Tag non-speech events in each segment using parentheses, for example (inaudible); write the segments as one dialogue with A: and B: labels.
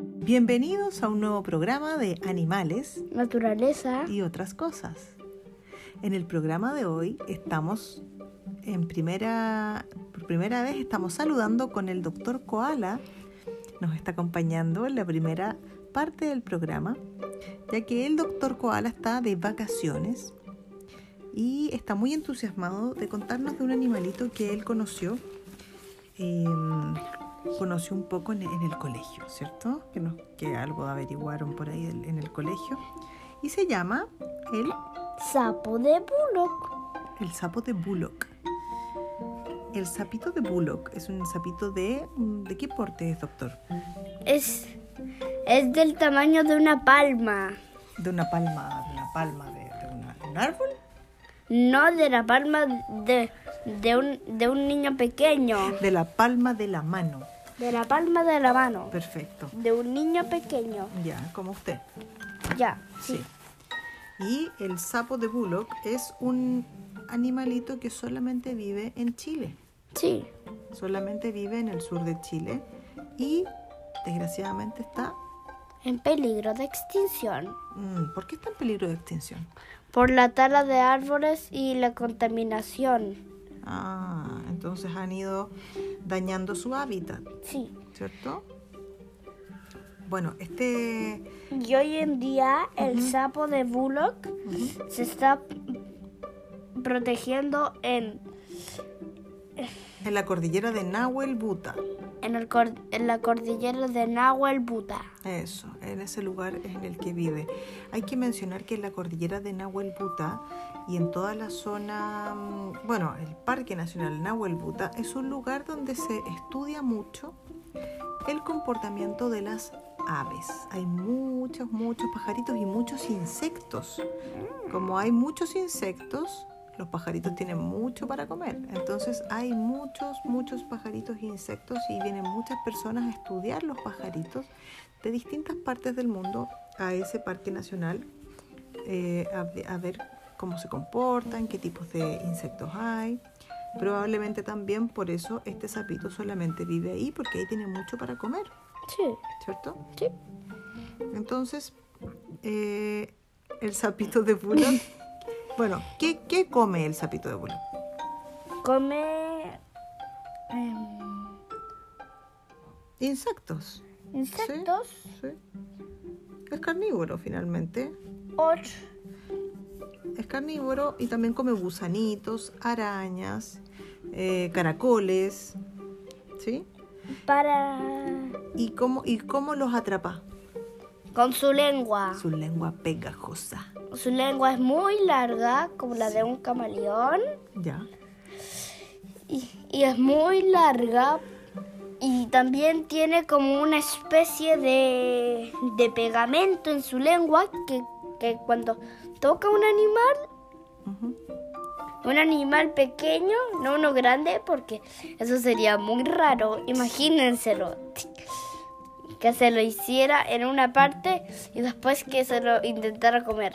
A: Bienvenidos a un nuevo programa de Animales
B: naturaleza.
A: y otras cosas. En el programa de hoy estamos en primera, por primera vez estamos saludando con el doctor Koala. Nos está acompañando en la primera parte del programa, ya que el doctor Koala está de vacaciones y está muy entusiasmado de contarnos de un animalito que él conoció. eh, conoció un poco en, en el colegio, ¿cierto? Que, nos, que algo averiguaron por ahí en- en el colegio. Y se llama el
B: Sapo de Bullock.
A: el sapo de Bullock. El sapito de Bullock es un sapito de... mm, ¿De qué porte es, doctor?
B: Es, es del tamaño de una palma.
A: De una palma, de una palma, de, de una- un árbol.
B: No de la palma de, de, un, de un niño pequeño.
A: De la palma de la mano.
B: De la palma de la mano.
A: Perfecto.
B: De un niño pequeño.
A: Ya, como usted.
B: Ya.
A: Sí. Y el sapo de Bullock es un animalito que solamente vive en Chile.
B: Sí.
A: Solamente vive en el sur de Chile. Y desgraciadamente está...
B: En peligro de extinción.
A: mm, ¿Por qué está en peligro de extinción?
B: Por la tala de árboles y la contaminación.
A: Ah, entonces han ido dañando su hábitat,
B: Sí.
A: ¿cierto? Bueno, este...
B: Y hoy en día el sapo de Bullock se está protegiendo en,
A: En la cordillera de Nahuel Buta.
B: en, el cor- en la cordillera de Nahuel Buta.
A: Eso, en ese lugar es en el que vive. Hay que mencionar que en la cordillera de Nahuel Buta y en toda la zona, mm, bueno, el Parque Nacional Nahuel Buta es un lugar donde se estudia mucho el comportamiento de las aves. Hay muchos, muchos pajaritos y muchos insectos. Como hay muchos insectos, los pajaritos tienen mucho para comer. Entonces hay muchos, muchos pajaritos e insectos y vienen muchas personas a estudiar los pajaritos de distintas partes del mundo a ese parque nacional eh, a, ve- a ver cómo se comportan, qué tipos de insectos hay. Probablemente también por eso este sapito solamente vive ahí, porque ahí tiene mucho para comer,
B: Sí,
A: ¿cierto?
B: sí.
A: Entonces, eh, el sapito de
B: (laughs)
A: Bullock. bueno, ¿qué, qué come el sapito de Bullock?
B: Come em,
A: Insectos.
B: insectos.
A: Sí. Es carnívoro finalmente.
B: och-
A: Es carnívoro y también come gusanitos, arañas, eh, caracoles. ¿Sí?
B: para...
A: ¿Y cómo, ¿Y cómo los atrapa?
B: Con su lengua.
A: Su lengua pegajosa.
B: Su lengua es muy larga, como la de un camaleón.
A: Ya.
B: Y, y es muy larga y también tiene como una especie de, de pegamento en su lengua que, que cuando toca un animal,
A: Ujú.
B: un animal pequeño, no uno grande, porque eso sería muy raro, imagínenselo. Que se lo hiciera en una parte y después que se lo intentara comer.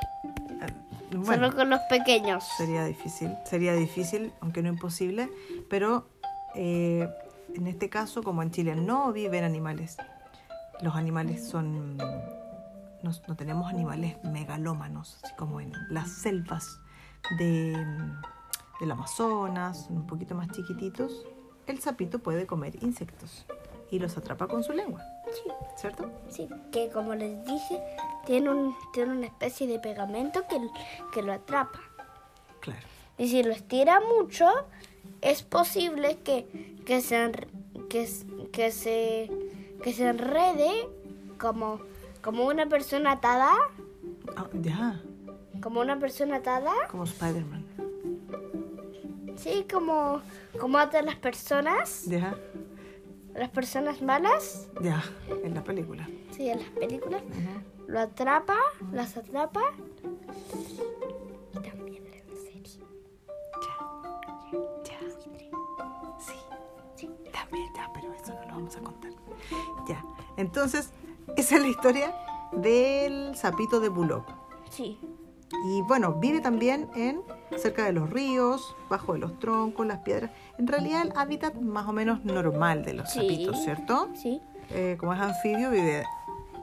A: Bueno,
B: Solo con los pequeños.
A: sería difícil. Sería difícil, aunque no imposible. Pero eh, en este caso, como en Chile no viven animales, los animales son. No, no tenemos animales megalómanos, así como en las selvas de, mm, del Amazonas, un poquito más chiquititos. El sapito puede comer insectos y los atrapa con su lengua,
B: Sí.
A: ¿cierto?
B: Sí, que como les dije, tiene, un, tiene una especie de pegamento que, que lo atrapa.
A: Claro.
B: Y si lo estira mucho, es posible que, que, se, enr- que, s- que se, que se enrede como, como una persona atada,
A: Ah, ya,
B: como una persona atada,
A: como Spider-Man.
B: sí, como, como atan las personas,
A: Ya,
B: las personas malas,
A: ya, en la película.
B: sí, en las películas,
A: Ajá.
B: lo atrapa, las atrapa. Y también en serie.
A: Ya. Sí. También ya, pero eso no lo vamos a contar. Ya. Entonces, esa es la historia del sapito de Bullock.
B: Sí,
A: Y bueno, vive también en cerca de los ríos, bajo de los troncos, las piedras. En realidad el hábitat más o menos normal de los
B: Sí.
A: sapitos, ¿cierto?
B: sí.
A: Eh, como es anfibio, vive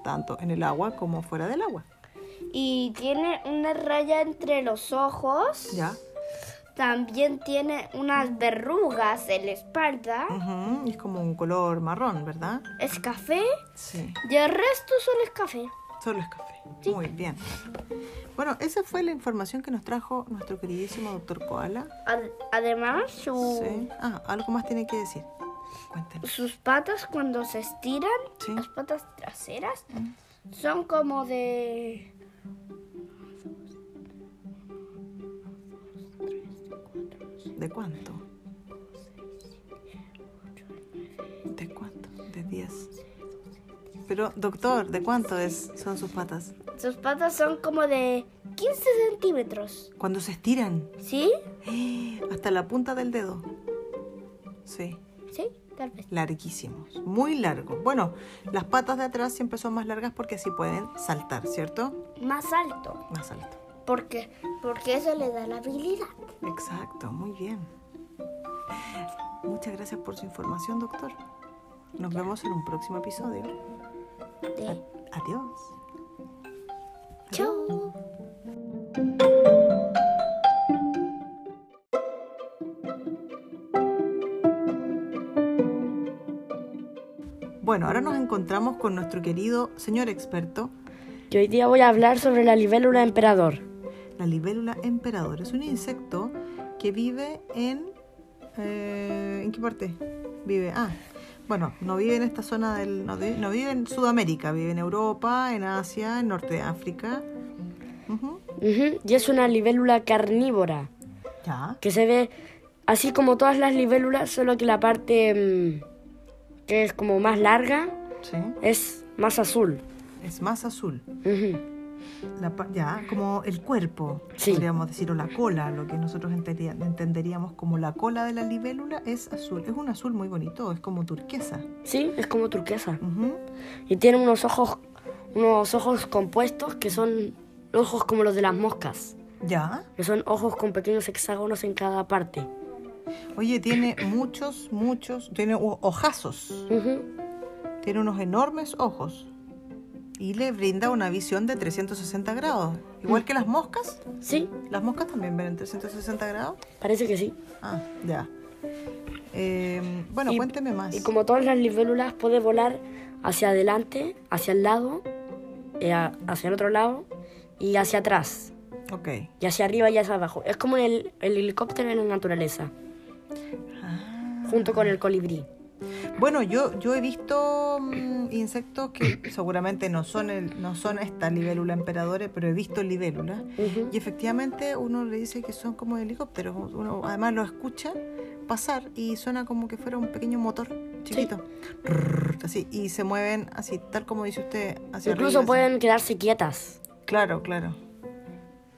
A: tanto en el agua como fuera del agua.
C: Y tiene una raya entre los ojos.
A: ¿Ya?
C: También tiene unas verrugas en la espalda.
B: Ah.
A: Ujú, Es como un color marrón, ¿verdad?
C: Es café.
A: Sí.
C: Y el resto solo es café.
A: Solo es café. Muy bien. Bueno, esa fue la información que nos trajo nuestro queridísimo doctor Koala.
C: Ad- además,
B: Oh.
C: su-
A: Sí. Ah, algo más tiene que decir. Cuéntanos.
C: sus patas cuando se estiran,
A: Sí.
C: las patas traseras,
A: Mm.
C: son como de...
A: ¿De cuánto? ¿De cuánto? De 10. Pero, doctor, ¿de cuánto es, son sus patas?
C: Sus patas son como de 15 centímetros.
A: Cuando se estiran, (gasps)
C: ¿Sí?
A: ¡eh! hasta la punta del dedo. Sí,
C: Sí, tal vez.
A: larguísimos, muy largos. Bueno, las patas de atrás siempre son más largas porque así pueden saltar, ¿cierto?
C: Más alto.
A: Más alto.
C: Porque, porque eso le da la habilidad.
A: Exacto, muy bien. Muchas gracias por su información, doctor. Nos vemos en un próximo episodio.
C: De...
A: Ah. Adiós.
C: Chau.
A: Bueno, ahora nos encontramos con nuestro querido señor experto.
B: Y hoy día voy a hablar sobre la libélula emperador.
A: La libélula emperador es un insecto que vive en... eh, ¿En qué parte vive? Ah, bueno, no vive en esta zona del... No, vi- no vive en Sudamérica, vive en Europa, en Asia, en Norte de África. Ujú,
B: Ujú, Y es una libélula carnívora,
A: Ya,
B: que se ve así como todas las libélulas, solo que la parte mm, que es como más larga
A: sí.
B: es más azul.
A: Es más azul.
B: Ujú,
A: La pa- ya, como el cuerpo,
B: Sí.
A: podríamos decir, o la cola, lo que nosotros entería- entenderíamos como la cola de la libélula es azul. Es un azul muy bonito, es como turquesa.
B: Sí, es como turquesa.
A: Ujú.
B: Y tiene unos ojos, unos ojos compuestos que son ojos como los de las moscas,
A: Ya.
B: que son ojos con pequeños hexágonos en cada parte.
A: Oye,
B: (coughs)
A: tiene muchos, muchos, tiene ho- ojazos,
B: Ujú,
A: tiene unos enormes ojos y le brinda una visión de 360 grados. Igual que las moscas,
B: Sí,
A: las moscas también ven en 360 grados.
B: parece que sí.
A: Ah, ya. Eh, bueno,
B: Y-
A: cuénteme más.
B: Y como todas las libélulas, puede volar hacia adelante, hacia el lado, eh, a- hacia el otro lado y hacia atrás,
A: Ok.
B: y hacia arriba y hacia abajo. Es como el, el helicóptero en la naturaleza,
A: Ah.
B: junto con el colibrí.
A: Bueno, yo, yo he visto mm, insectos que seguramente no son, el, no son esta libélula emperadores, pero he visto libélulas.
B: Ujú.
A: Y efectivamente uno le dice que son como helicópteros. Uno además lo escucha pasar y suena como que fuera un pequeño motor chiquito. Rrrr, Así, y se mueven así, tal como dice usted, hacia
B: Incluso
A: arriba,
B: pueden quedarse quietas.
A: así. Claro, claro.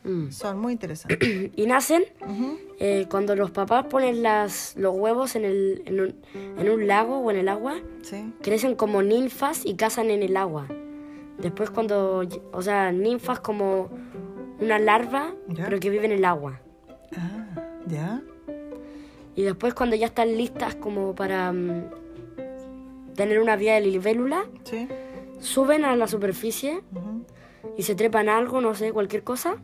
B: Mm.
A: Son muy interesantes.
B: Y nacen
A: Ujú.
B: eh, cuando los papás ponen las, los huevos en, el, en, un, en un lago o en el agua,
A: Sí.
B: crecen como ninfas y cazan en el agua. Después cuando, ll- o sea, ninfas como una larva,
A: Ya.
B: pero que vive en el agua.
A: Ah, ¿ya?
B: Y después cuando ya están listas como para mm, tener una vida de libélula,
A: Sí.
B: suben a la superficie
A: Ujú.
B: y se trepan a algo, no sé, cualquier cosa,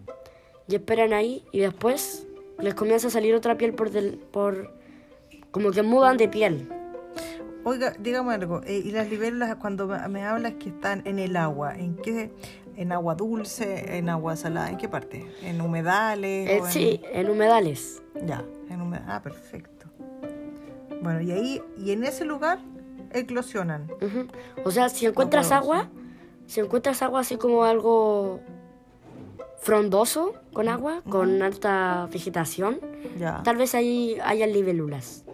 B: y esperan ahí y después les comienza a salir otra piel por... del- por como que mudan de piel.
A: Oiga, dígame algo, eh, y las libélulas cuando me, me hablas que están en el agua, ¿en qué? ¿En agua dulce? ¿En agua salada? ¿En qué parte? ¿En humedales?
B: Eh,
A: o en-
B: sí, en humedales.
A: Ya, en humedad. Ah, perfecto. Bueno, y ahí, y en ese lugar eclosionan.
B: Ujú. O sea, si encuentras
A: huevos.
B: agua, si encuentras agua así como algo frondoso con agua, con alta vegetación,
A: Ya.
B: tal vez ahí haya libélulas.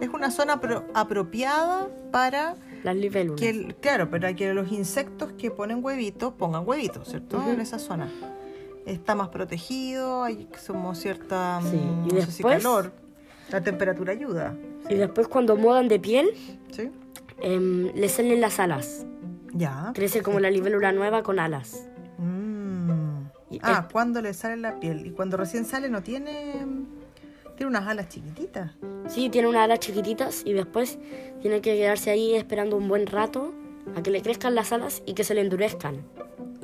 A: Es una zona pro- apropiada para
B: Las libélulas.
A: que, el- claro, para que los insectos que ponen huevitos pongan huevitos, ¿cierto? En esa zona. Está más protegido, hay como cierta,
B: Sí,
A: mm,
B: y
A: no sé si
B: después-
A: calor. La temperatura ayuda,
B: Y después cuando mudan de piel,
A: ¿sí?
B: em, le salen las alas.
A: Ya.
B: Crece como la libélula nueva con alas.
A: Mm.
B: Y
A: Ah, cuando le sale la piel. Y cuando recién sale no tiene... Tiene unas alas chiquititas.
B: Sí, tiene unas alas chiquititas y después tiene que quedarse ahí esperando un buen rato a que le crezcan las alas y que se le endurezcan.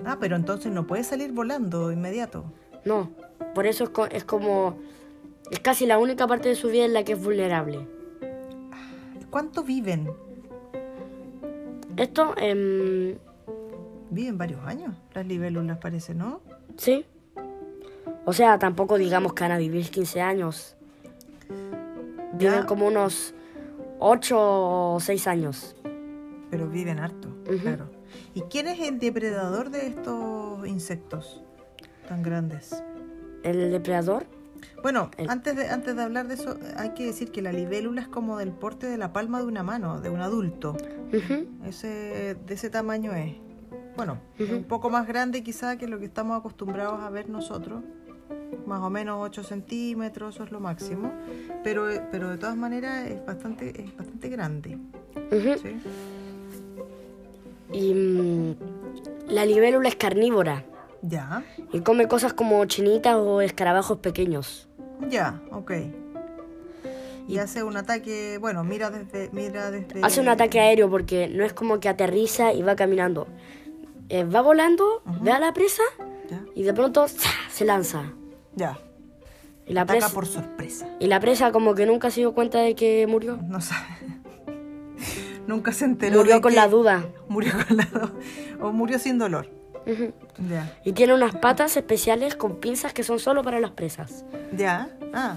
A: Ah, pero entonces no puede salir volando inmediato.
B: No, por eso es, co- es como... Es casi la única parte de su vida en la que es vulnerable.
A: ¿Cuánto viven?
B: Esto, em,
A: Viven varios años las libélulas, parece, ¿no?
B: sí. O sea, tampoco digamos que van a vivir 15 años. Viven
A: Ya.
B: como unos 8 o 6 años.
A: Pero viven harto, claro. ¿Y quién es el depredador de estos insectos tan grandes?
B: El depredador
A: Bueno,
B: El-
A: antes, de, antes de hablar de eso, hay que decir que la libélula es como del porte de la palma de una mano, de un adulto.
B: Ujú.
A: Ese, de ese tamaño es. Bueno, es un poco más grande quizá que lo que estamos acostumbrados a ver nosotros. Más o menos 8 centímetros, eso es lo máximo. Pero, eh, pero de todas maneras es bastante, es bastante grande.
B: Ujú.
A: ¿sí?
B: Y mm, la libélula es carnívora
A: Ya,
B: y come cosas como chinitas o escarabajos pequeños.
A: ya, ok. Y, hace un ataque, bueno, mira desde... Mira desde
B: Hace un ataque aéreo porque no es como que aterriza y va caminando. Eh, va volando, ve a la presa
A: Ya,
B: y de pronto ¡za! se lanza.
A: ya.
B: Y la,
A: Ataca
B: presa,
A: por sorpresa.
B: y la presa como que nunca se dio cuenta de que murió.
A: No sabe. (laughs) Nunca se enteró.
B: Murió
A: de
B: con
A: que-
B: la duda.
A: Murió con la duda. O murió sin dolor.
B: Ujú.
A: Ya.
B: Y tiene unas patas especiales con pinzas que son solo para las presas.
A: Ya. Ah.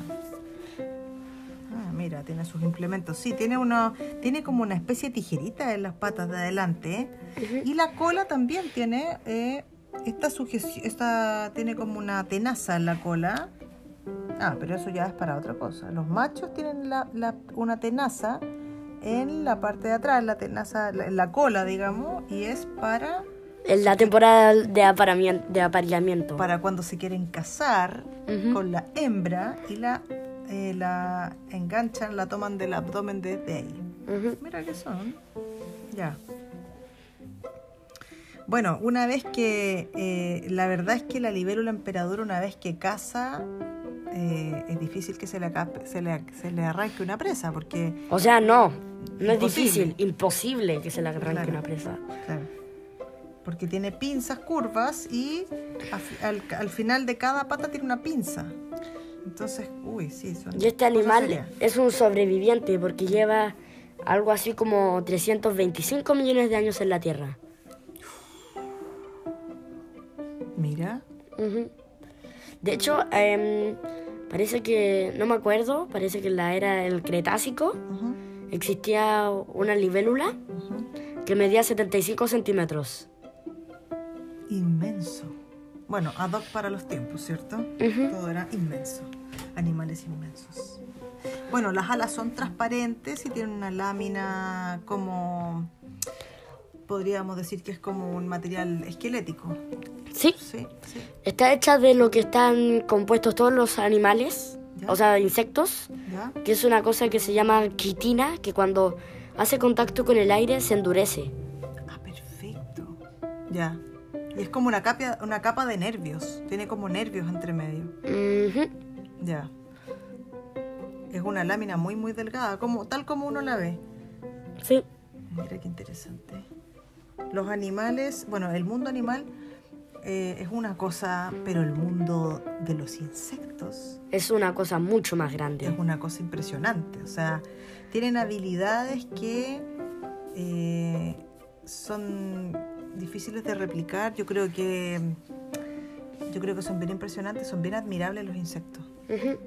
A: Ah, mira, tiene sus implementos. Sí, tiene una, tiene como una especie de tijerita en las patas de adelante. ¿eh? Y la cola también tiene eh, esta sujeción, esta tiene como una tenaza en la cola. Ah, pero eso ya es para otra cosa. Los machos tienen la- la- una tenaza en la parte de atrás, la tenaza, la, la cola, digamos, y es para
B: En la temporada de, apareami- de apareamiento.
A: para cuando se quieren casar
B: Ujú.
A: con la hembra y la, eh, la enganchan, la toman del abdomen desde ahí.
B: Ujú.
A: Mira que son. Ya. Bueno, una vez que. eh, la verdad es que la libélula emperador, una vez que caza, eh, es difícil que se le, acape- se le- se le arranque una presa, porque.
B: O sea, no. No es
A: Imposible.
B: difícil, imposible que se le arranque
A: Claro.
B: una presa.
A: Claro. Porque tiene pinzas curvas y af- al, al final de cada pata tiene una pinza. Entonces, uy, sí, son
B: Y este
A: cosas
B: animal
A: serias.
B: es un sobreviviente porque lleva algo así como 325 millones de años en la Tierra.
A: Mira,
B: Ujú. De hecho, em, parece que, no me acuerdo, parece que en la era del Cretácico
A: ujú,
B: existía una libélula
A: ujú.
B: que medía 75 centímetros.
A: inmenso. Bueno, ad hoc para los tiempos, ¿cierto?
B: Ujú.
A: Todo era inmenso. Animales inmensos. Bueno, las alas son transparentes y tienen una lámina como. Podríamos decir que es como un material esquelético.
B: Sí,
A: Sí, sí.
B: está hecha de lo que están compuestos todos los animales,
A: Ya.
B: o sea, insectos,
A: ¿Ya?
B: que es una cosa que se llama quitina, que cuando hace contacto con el aire se endurece.
A: Ah, perfecto. Ya. Y es como una capa, una capa de nervios. Tiene como nervios entre medio.
B: Ujú.
A: Ya. Es una lámina muy, muy delgada, como, tal como uno la ve.
B: Sí.
A: Mira qué interesante. Los animales, bueno, el mundo animal eh, es una cosa, pero el mundo de los insectos
B: Es una cosa mucho más
A: es
B: grande.
A: una cosa impresionante. O sea, tienen habilidades que eh, son difíciles de replicar. Yo creo que yo creo que son bien impresionantes, son bien admirables los insectos.
B: Ujú.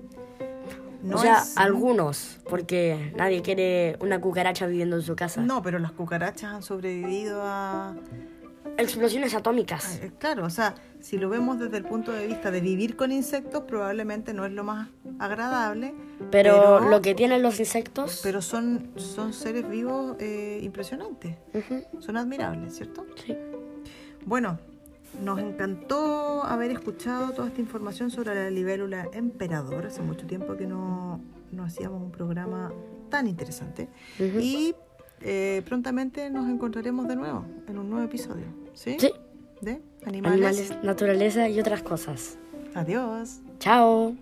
A: No
B: o sea,
A: es-
B: algunos, porque nadie quiere una cucaracha viviendo en su casa.
A: No, pero las cucarachas han sobrevivido a,
B: Explosiones
A: Ah,
B: atómicas.
A: eh, Claro, o sea, si lo vemos desde el punto de vista de vivir con insectos, probablemente no es lo más agradable,
B: Pero,
A: pero-
B: lo que tienen los insectos...
A: pero son, son seres vivos eh, impresionantes,
B: Ujú,
A: son admirables, ¿cierto?
B: sí.
A: Bueno, nos encantó haber escuchado toda esta información sobre la libélula emperador, hace mucho tiempo que no, no hacíamos un programa tan interesante,
B: Ujú.
A: y eh, prontamente nos encontraremos de nuevo en un nuevo episodio, ¿sí?
B: Sí.
A: De
B: Animales,
A: animales.
B: naturaleza y otras cosas.
A: Adiós.
B: Chao.